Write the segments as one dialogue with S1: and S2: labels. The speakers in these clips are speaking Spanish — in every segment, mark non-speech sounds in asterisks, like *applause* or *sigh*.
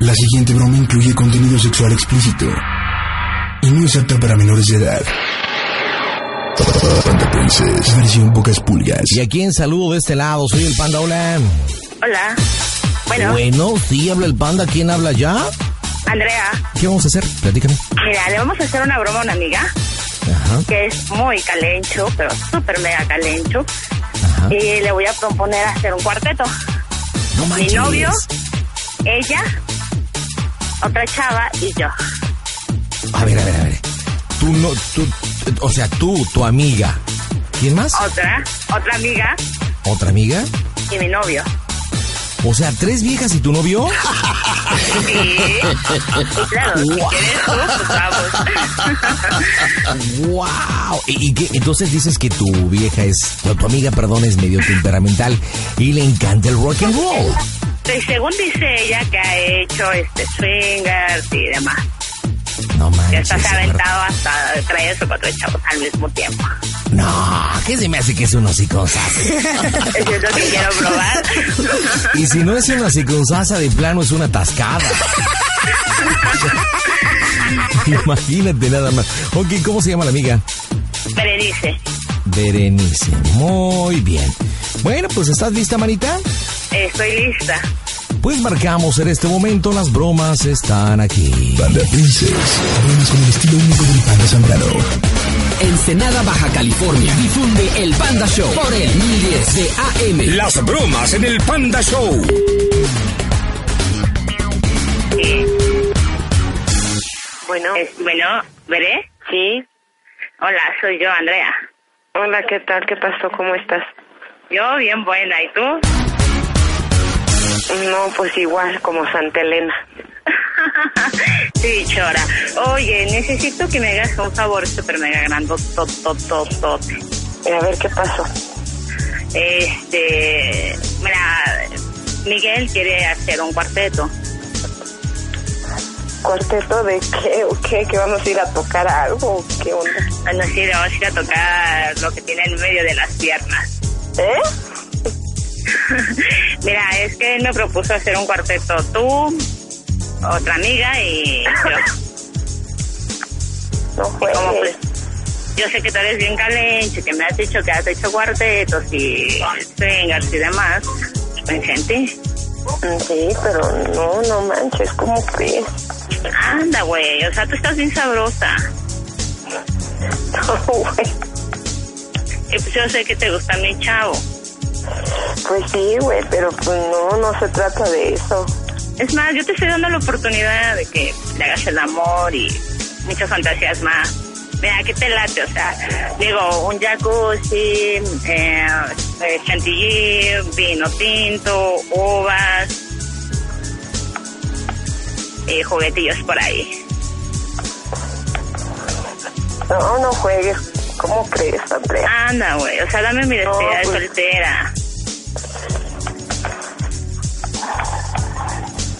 S1: La siguiente broma incluye contenido sexual explícito y no es apta para menores de edad. Panda Princess, versión pocas pulgas.
S2: Y a quien saludo de este lado, soy el Panda, hola.
S3: Hola. Bueno,
S2: Bueno, sí, habla el Panda, ¿quién habla ya?
S3: Andrea,
S2: ¿Qué vamos a hacer? Platícame.
S3: mira, le vamos a hacer una broma a una amiga
S2: Ajá,
S3: que es muy calencho, pero súper mega calencho.
S2: ajá.
S3: Y le voy a proponer hacer un cuarteto.
S2: No
S3: Mi
S2: manches.
S3: novio, ella, otra chava y yo.
S2: A ver, a ver, a ver. Tú no, tú, o sea, tú, tu amiga. ¿Quién más?
S3: Otra, otra amiga
S2: ¿Otra amiga?
S3: y mi novio.
S2: O sea, tres viejas y tu *laughs* novio. *laughs*
S3: Sí. Y claro, si quieres tú, pues vamos.
S2: ¡Wow! ¿Y, y qué? Entonces dices que tu vieja es, tu, tu amiga, perdón, es medio temperamental y le encanta el rock and roll.
S3: Y según dice ella que ha hecho este swingers y demás.
S2: No
S3: Que
S2: manches.
S3: hasta se ha
S2: Marta.
S3: aventado hasta tres o cuatro chavos al mismo tiempo.
S2: No, ¿qué se me hace que es un hociconzazo?
S3: *laughs* Eso es lo que quiero probar.
S2: Y si no es una hociconzaza, de plano es una tascada. *laughs* Imagínate nada más. Ok, ¿cómo se llama la amiga?
S3: Pero dice,
S2: Berenice. Muy bien. Bueno, pues ¿estás lista, manita?
S3: estoy lista.
S2: Pues marcamos en este momento, las bromas están aquí.
S1: Panda Princess, bromas con el estilo único del Panda Zambrano.
S4: Ensenada, Baja California. Difunde el Panda Show por el 1010 de AM.
S5: Las bromas en el Panda Show.
S3: Sí. Bueno. eh,
S6: Eh,
S3: bueno, ¿veré?
S6: Sí.
S3: Hola, soy yo, Andrea.
S6: Hola, ¿qué tal? ¿Qué pasó? ¿Cómo estás?
S3: Yo bien buena, ¿y tú? *laughs*
S6: No, pues igual, como Santa Elena.
S3: sí, chora. Oye, necesito que me hagas un favor súper mega grande.
S6: Eh, A ver, ¿qué pasó?
S3: Este, mira, Miguel quiere hacer un cuarteto.
S6: ¿Cuarteto de qué o qué? ¿Que vamos a ir a tocar algo o qué onda?
S3: Bueno, sí, le vamos a ir a tocar lo que tiene en medio de las piernas.
S6: ¿Eh?
S3: Mira, es que él me propuso hacer un cuarteto tú, otra amiga y yo. Y
S6: No
S3: como pues,
S6: juegues.
S3: yo sé que tú eres bien calenche, que me has dicho que has hecho cuartetos y swingers y demás. Pues gente,
S6: Mm, Sí, pero no, no manches, ¿cómo crees? *laughs*
S3: anda, güey, o sea, tú estás bien sabrosa.
S6: No, güey.
S3: Y pues yo sé que te gusta mi chavo.
S6: Pues sí, güey, pero pues no, no se trata de eso.
S3: Es más, yo te estoy dando la oportunidad de que le hagas el amor y muchas fantasías más. Mira, que te late, o sea, digo, un jacuzzi, eh, eh, chantilly, vino tinto, uvas y juguetillos por ahí.
S6: No, no juegues. ¿Cómo crees, Andrea?
S3: Anda, güey, o sea, dame mi despedida de
S6: pues.
S3: soltera.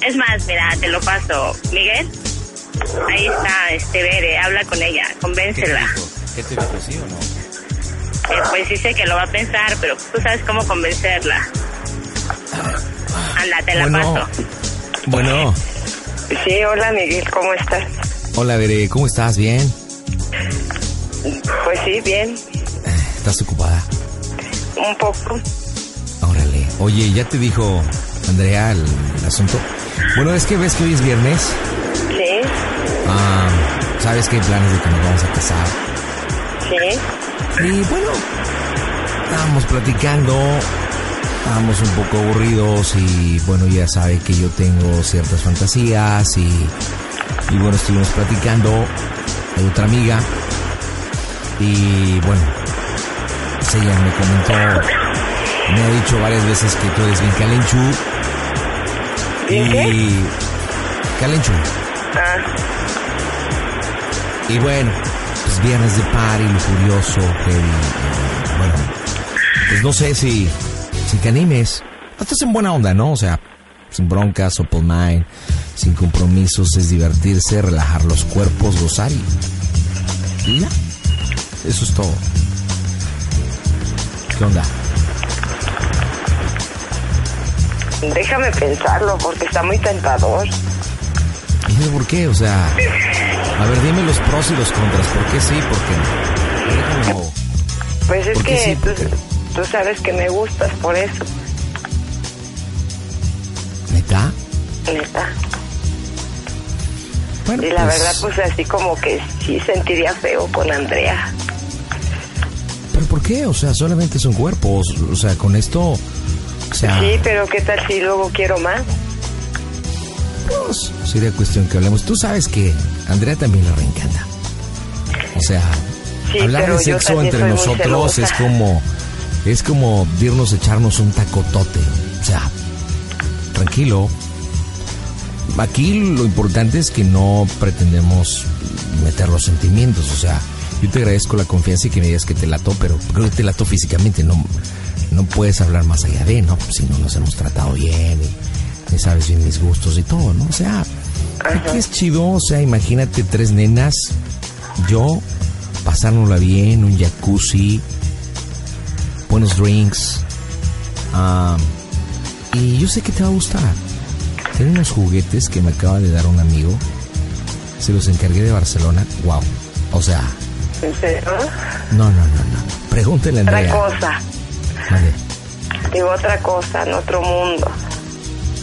S3: Es más, mira, te lo paso. Miguel, ahí está, este, Bere, habla con ella, convéncela.
S2: ¿Qué te dijo? ¿Sí o no?
S3: Eh, pues dice que lo va a pensar, pero tú sabes cómo convencerla. Anda, te la
S2: Bueno.
S3: paso.
S2: Bueno.
S6: Sí, hola, Miguel, ¿cómo estás?
S2: Hola, Bere, ¿cómo estás? ¿Bien?
S6: Pues sí, bien,
S2: ¿Estás ocupada?
S6: un poco.
S2: Órale. Oye, ya te dijo Andrea el, el asunto. Bueno, es que ves que hoy es viernes.
S6: Sí,
S2: Ah, Sabes que hay planes de que nos vamos a casar.
S6: sí.
S2: Y bueno, estábamos platicando, estábamos un poco aburridos y bueno, ya sabe que yo tengo ciertas fantasías y, y bueno, estuvimos platicando de otra amiga y bueno, pues ella me comentó, me ha dicho varias veces que tú eres bien calenchu
S6: ¿Bien qué?
S2: Y. Calencho.
S6: Ah,
S2: Y bueno, pues viernes de party, lujurioso, que eh, bueno, pues no sé si, si te animes. Estás en buena onda, ¿no? O sea, sin broncas, open mind, sin compromisos, es divertirse, relajar los cuerpos, gozar y, y ya. Eso es todo. ¿Qué onda?
S6: déjame pensarlo porque está muy tentador.
S2: Dime por qué, o sea, a ver, dime los pros y los contras. ¿Por qué sí? ¿Por qué no? Déjame como-
S6: Pues es
S2: ¿Por qué
S6: que
S2: sí?
S6: tú,
S2: ¿Por qué?
S6: tú sabes que me gustas por eso,
S2: ¿Neta?
S6: neta.
S2: Bueno,
S6: Y la
S2: pues-
S6: verdad, pues así como que sí sentiría feo con Andrea.
S2: ¿Pero por qué? O sea, solamente son cuerpos. O sea, con esto. O sea,
S6: Sí, pero ¿qué tal si luego quiero más?
S2: pues, sería cuestión que hablemos. Tú sabes que Andrea también le reencanta. O sea,
S6: Sí,
S2: hablar
S6: pero
S2: de
S6: yo
S2: sexo
S6: también
S2: entre
S6: soy muy
S2: nosotros
S6: celosa.
S2: es como. Es como irnos a echarnos un tacotote. O sea, tranquilo. Aquí lo importante es que no pretendemos meter los sentimientos. O sea, yo te agradezco la confianza y que me digas que te lato, pero creo que te lato físicamente. No, no puedes hablar más allá de, ¿no? Si no nos hemos tratado bien y, y sabes bien mis gustos y todo, ¿no? O sea, aquí es chido. O sea, imagínate tres nenas, yo, pasárnosla bien, un jacuzzi, buenos drinks. ah, y yo sé que te va a gustar. Tiene unos juguetes que me acaba de dar un amigo. Se los encargué de Barcelona. Wow. O sea,
S6: ¿En serio?
S2: no, no, no, no. Pregúntele a
S6: Pues, eh, Otra
S2: Andrea.
S6: cosa,
S2: Mande.
S6: digo otra cosa, en otro mundo.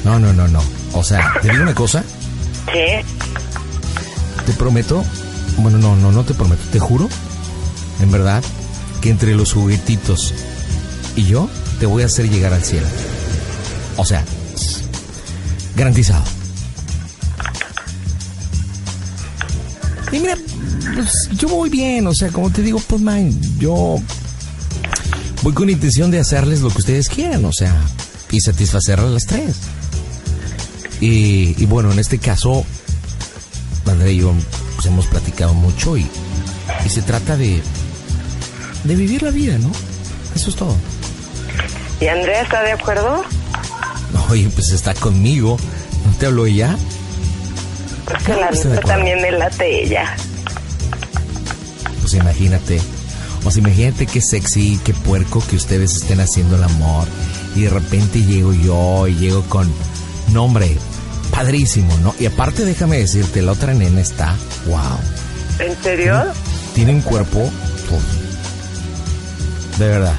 S2: No, no, no, no. O sea, te digo una cosa.
S6: Sí,
S2: Te prometo. Bueno, no, no, no te prometo. Te juro. En verdad. Que entre los juguetitos y yo te voy a hacer llegar al cielo. O sea, s- garantizado. Y mira, pues, yo voy bien, o sea, como te digo, pues man, yo voy con intención de hacerles lo que ustedes quieran, o sea, y satisfacer a las tres. Y, y bueno, en este caso, Andrea y yo pues, hemos platicado mucho y, y se trata de, de vivir la vida, ¿no? Eso es todo. *laughs*
S6: ¿y Andrea está de acuerdo?
S2: Oye, pues está conmigo, no te hablo ya.
S6: Pues que la
S2: Estoy de
S6: neta
S2: acuerdo.
S6: también me late ella.
S2: Pues imagínate. O sea, imagínate qué sexy, qué puerco que ustedes estén haciendo el amor. Y de repente llego yo y llego con nombre padrísimo, ¿no? Y aparte déjame decirte, la otra nena está, wow.
S6: ¿En serio?
S2: Mm. Tiene un cuerpo... uf, de verdad.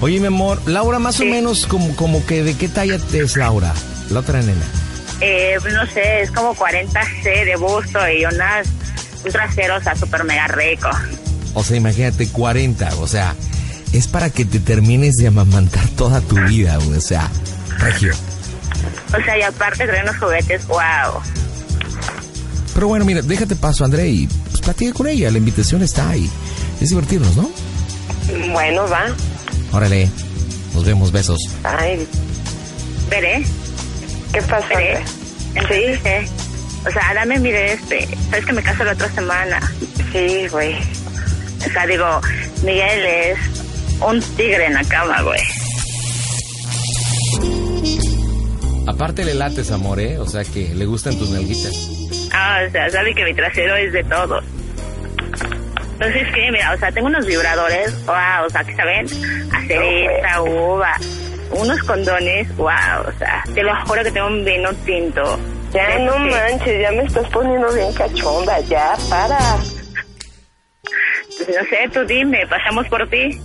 S2: Oye, mi amor, Laura, más o menos como, como que de qué talla es Laura, la otra nena.
S3: Eh, pues no sé, es como 40C de busto y unas, un trasero, o sea, súper mega rico.
S2: O sea, imagínate, 40, o sea, es para que te termines de amamantar toda tu vida, güey, o sea, regio.
S3: O sea, y aparte trae unos juguetes, wow.
S2: Pero bueno, mira, déjate paso, André, y pues, platica con ella. La invitación está ahí. Es divertirnos, ¿no?
S6: Bueno, va.
S2: Órale, nos vemos, besos.
S6: Ay,
S3: Veré,
S6: ¿qué pasó?
S3: veré.
S6: Andrea?
S3: Entonces, eh, o sea, dame, mire, este, sabes que me caso la otra semana.
S6: Sí, güey.
S3: O sea, digo, Miguel es un tigre en la cama, güey.
S2: Aparte le lates, amor, ¿eh? O sea, que le gustan tus nalguitas.
S3: Ah, o sea, sabe que mi trasero es de todos. Entonces, que Mira, o sea, tengo unos vibradores, wow, o sea, que saben hacer
S6: pues.
S3: esta uva, unos condones, wow, o sea, te lo juro que tengo un vino tinto.
S6: Ya
S3: Eso
S6: no
S3: sí.
S6: manches, ya me estás poniendo bien cachonda, ya, para.
S3: Pues No sé, tú dime, pasamos por ti.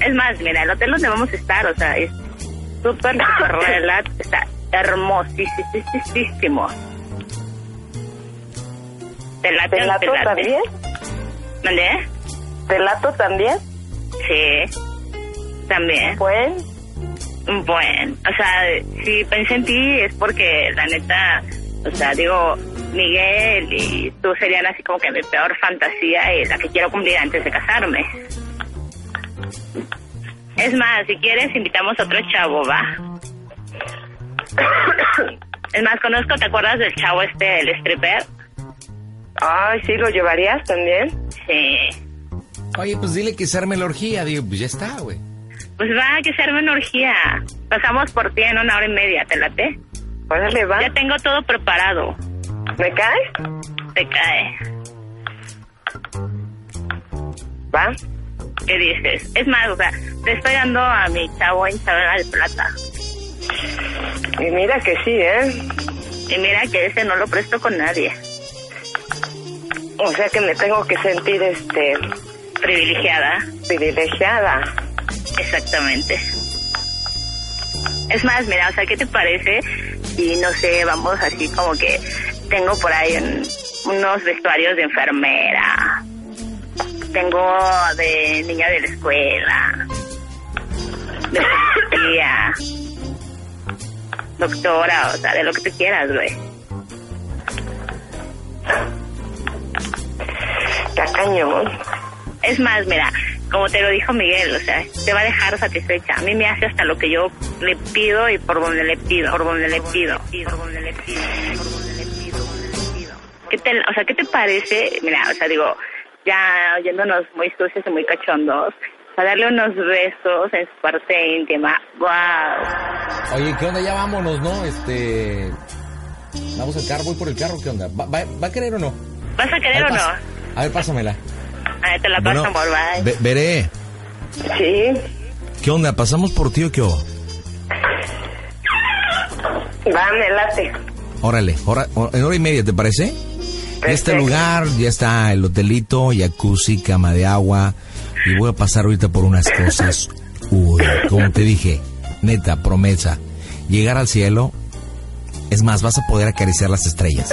S3: Es más, mira, el hotel donde vamos a estar, o sea, es súper,
S6: *laughs*
S3: súper relax, está hermosísimo. ¿Te late?
S6: ¿Te
S3: o no
S6: lato
S3: late?
S6: también?
S3: ¿Mandé?
S6: ¿Te lato también?
S3: Sí. También.
S6: Pues,
S3: Bueno, o sea, si pensé en ti es porque la neta, o sea, digo, Miguel y tú serían así como que mi peor fantasía y la que quiero cumplir antes de casarme. Es más, si quieres invitamos a otro chavo, va. Es más, conozco, ¿te acuerdas del chavo este, el stripper?
S6: Ay, sí, ¿lo llevarías también?
S3: Sí.
S2: Oye, pues dile que se arme la orgía. Digo, pues ya está, güey.
S3: Pues va, que se arme una orgía. Pasamos por ti en una hora y media, ¿te late?
S6: Órale, va.
S3: Ya tengo todo preparado.
S6: ¿Me caes?
S3: Te cae.
S6: Va.
S3: ¿Qué dices? Es más, o sea, te estoy dando a mi chavo en Chabela de Plata.
S6: Y mira que sí, ¿eh?
S3: Y mira que ese no lo presto con nadie.
S6: O sea que me tengo que sentir, este,
S3: Privilegiada.
S6: privilegiada.
S3: Exactamente. Es más, mira, o sea, ¿qué te parece? Y no sé, vamos así como que tengo por ahí un- unos vestuarios de enfermera. Tengo de niña de la escuela. De policía. Doctora, o sea, de lo que tú quieras, güey.
S6: Está cañón.
S3: Es más, mira, como te lo dijo Miguel, o sea, te va a dejar satisfecha. A mí me hace hasta lo que yo le pido y por donde le pido, por donde le pido, por donde le pido, por donde le pido, por donde le pido. ¿Qué te, o sea, ¿qué te parece? Mira, o sea, digo, ya oyéndonos muy sucios y muy cachondos, a darle unos besos en su parte íntima. ¡Wow!
S2: Oye, ¿qué onda? Ya vámonos, ¿no? Este. Vamos al carro, voy por el carro, ¿qué onda? ¿Va, va- va a querer o no?
S3: ¿Vas a querer
S2: A ver,
S3: o no?
S2: pas- A ver, pásamela.
S3: A ver, te la paso, amor, bye.
S2: ve- veré.
S6: Sí.
S2: ¿Qué onda? ¿Pasamos por ti o qué? hubo?
S6: Va, me late.
S2: Órale, hora- hor- en hora y media, ¿te parece? Este
S6: Perfecto.
S2: lugar, ya está el hotelito, jacuzzi, cama de agua. Y voy a pasar ahorita por unas cosas. Uy, como te dije, neta, promesa. Llegar al cielo, es más, vas a poder acariciar las estrellas.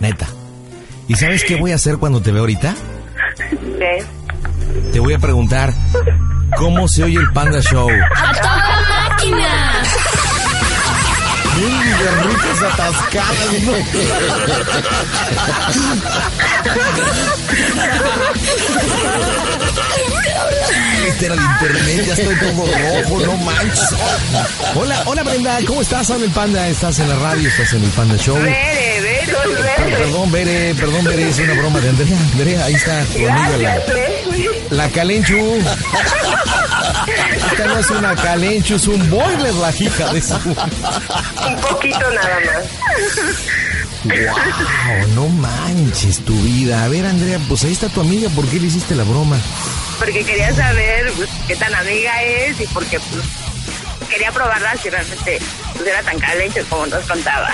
S2: Neta. ¿Y sabes qué voy a hacer cuando te veo ahorita?
S6: Sí.
S2: Te voy a preguntar, ¿cómo se oye el Panda Show?
S7: ¡A toda máquina!
S2: Este Era el internet, ya estoy todo rojo, no manches. Hola, hola Brenda, ¿cómo estás? Habla el Panda, estás en la radio, estás en el Panda Show.
S6: Vere, vere,
S2: Per-
S6: vere.
S2: Perdón, Bere, perdón, Bere, es una broma de Andrea. Andrea, ahí está tu amiga, la,
S6: Gracias, ¿eh?
S2: la Calenchu. Esta no es una Calenchu, es un boiler la hija de su.
S6: Un poquito nada más.
S2: ¡Wow! No manches tu vida. A ver, Andrea, pues ahí está tu amiga, ¿por qué le hiciste la broma?
S3: porque quería saber pues, qué tan amiga es y porque pues, quería probarla si realmente pues, era tan caliente como nos contaba.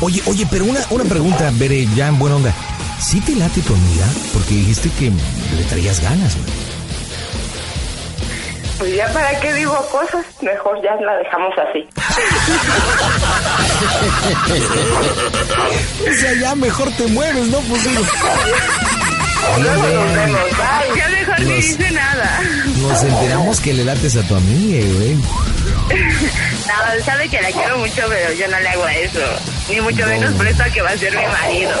S2: Oye, oye, pero una, una pregunta, Bere, ya en buena onda. ¿Sí te late tu amiga? Porque dijiste que le traías ganas, güey.
S6: Pues ya para qué digo cosas, mejor ya la dejamos así.
S2: O sea, ya mejor te mueves, ¿no? Pues digo.
S6: Luego nos
S2: Oye,
S6: vemos. Bye.
S3: Ya mejor
S2: ni
S3: ni
S2: Los-
S3: dice
S2: dice
S3: nada.
S2: nos enteramos que le lates a tu amiga, güey.
S3: No, sabe que la quiero mucho, pero yo no le hago eso. Ni mucho menos presto a que va a ser mi marido.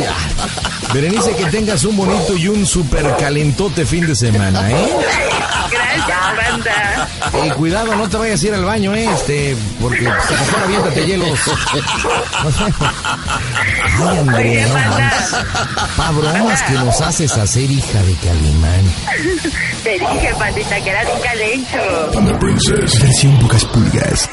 S2: Ya. Berenice, que tengas un bonito y un super calentote fin de semana, ¿eh?
S3: Gracias, banda.
S2: Eh, cuidado, no te vayas a ir al baño, ¿eh? Este, porque pues, mejor aviéntate hielos. Ay, Andrea, no manches. Pa, bromas que nos haces hacer, hija de Calimán.
S3: Te dije, pandita, que era un calencho.
S1: Panda Princess. Versión pocas pulgas.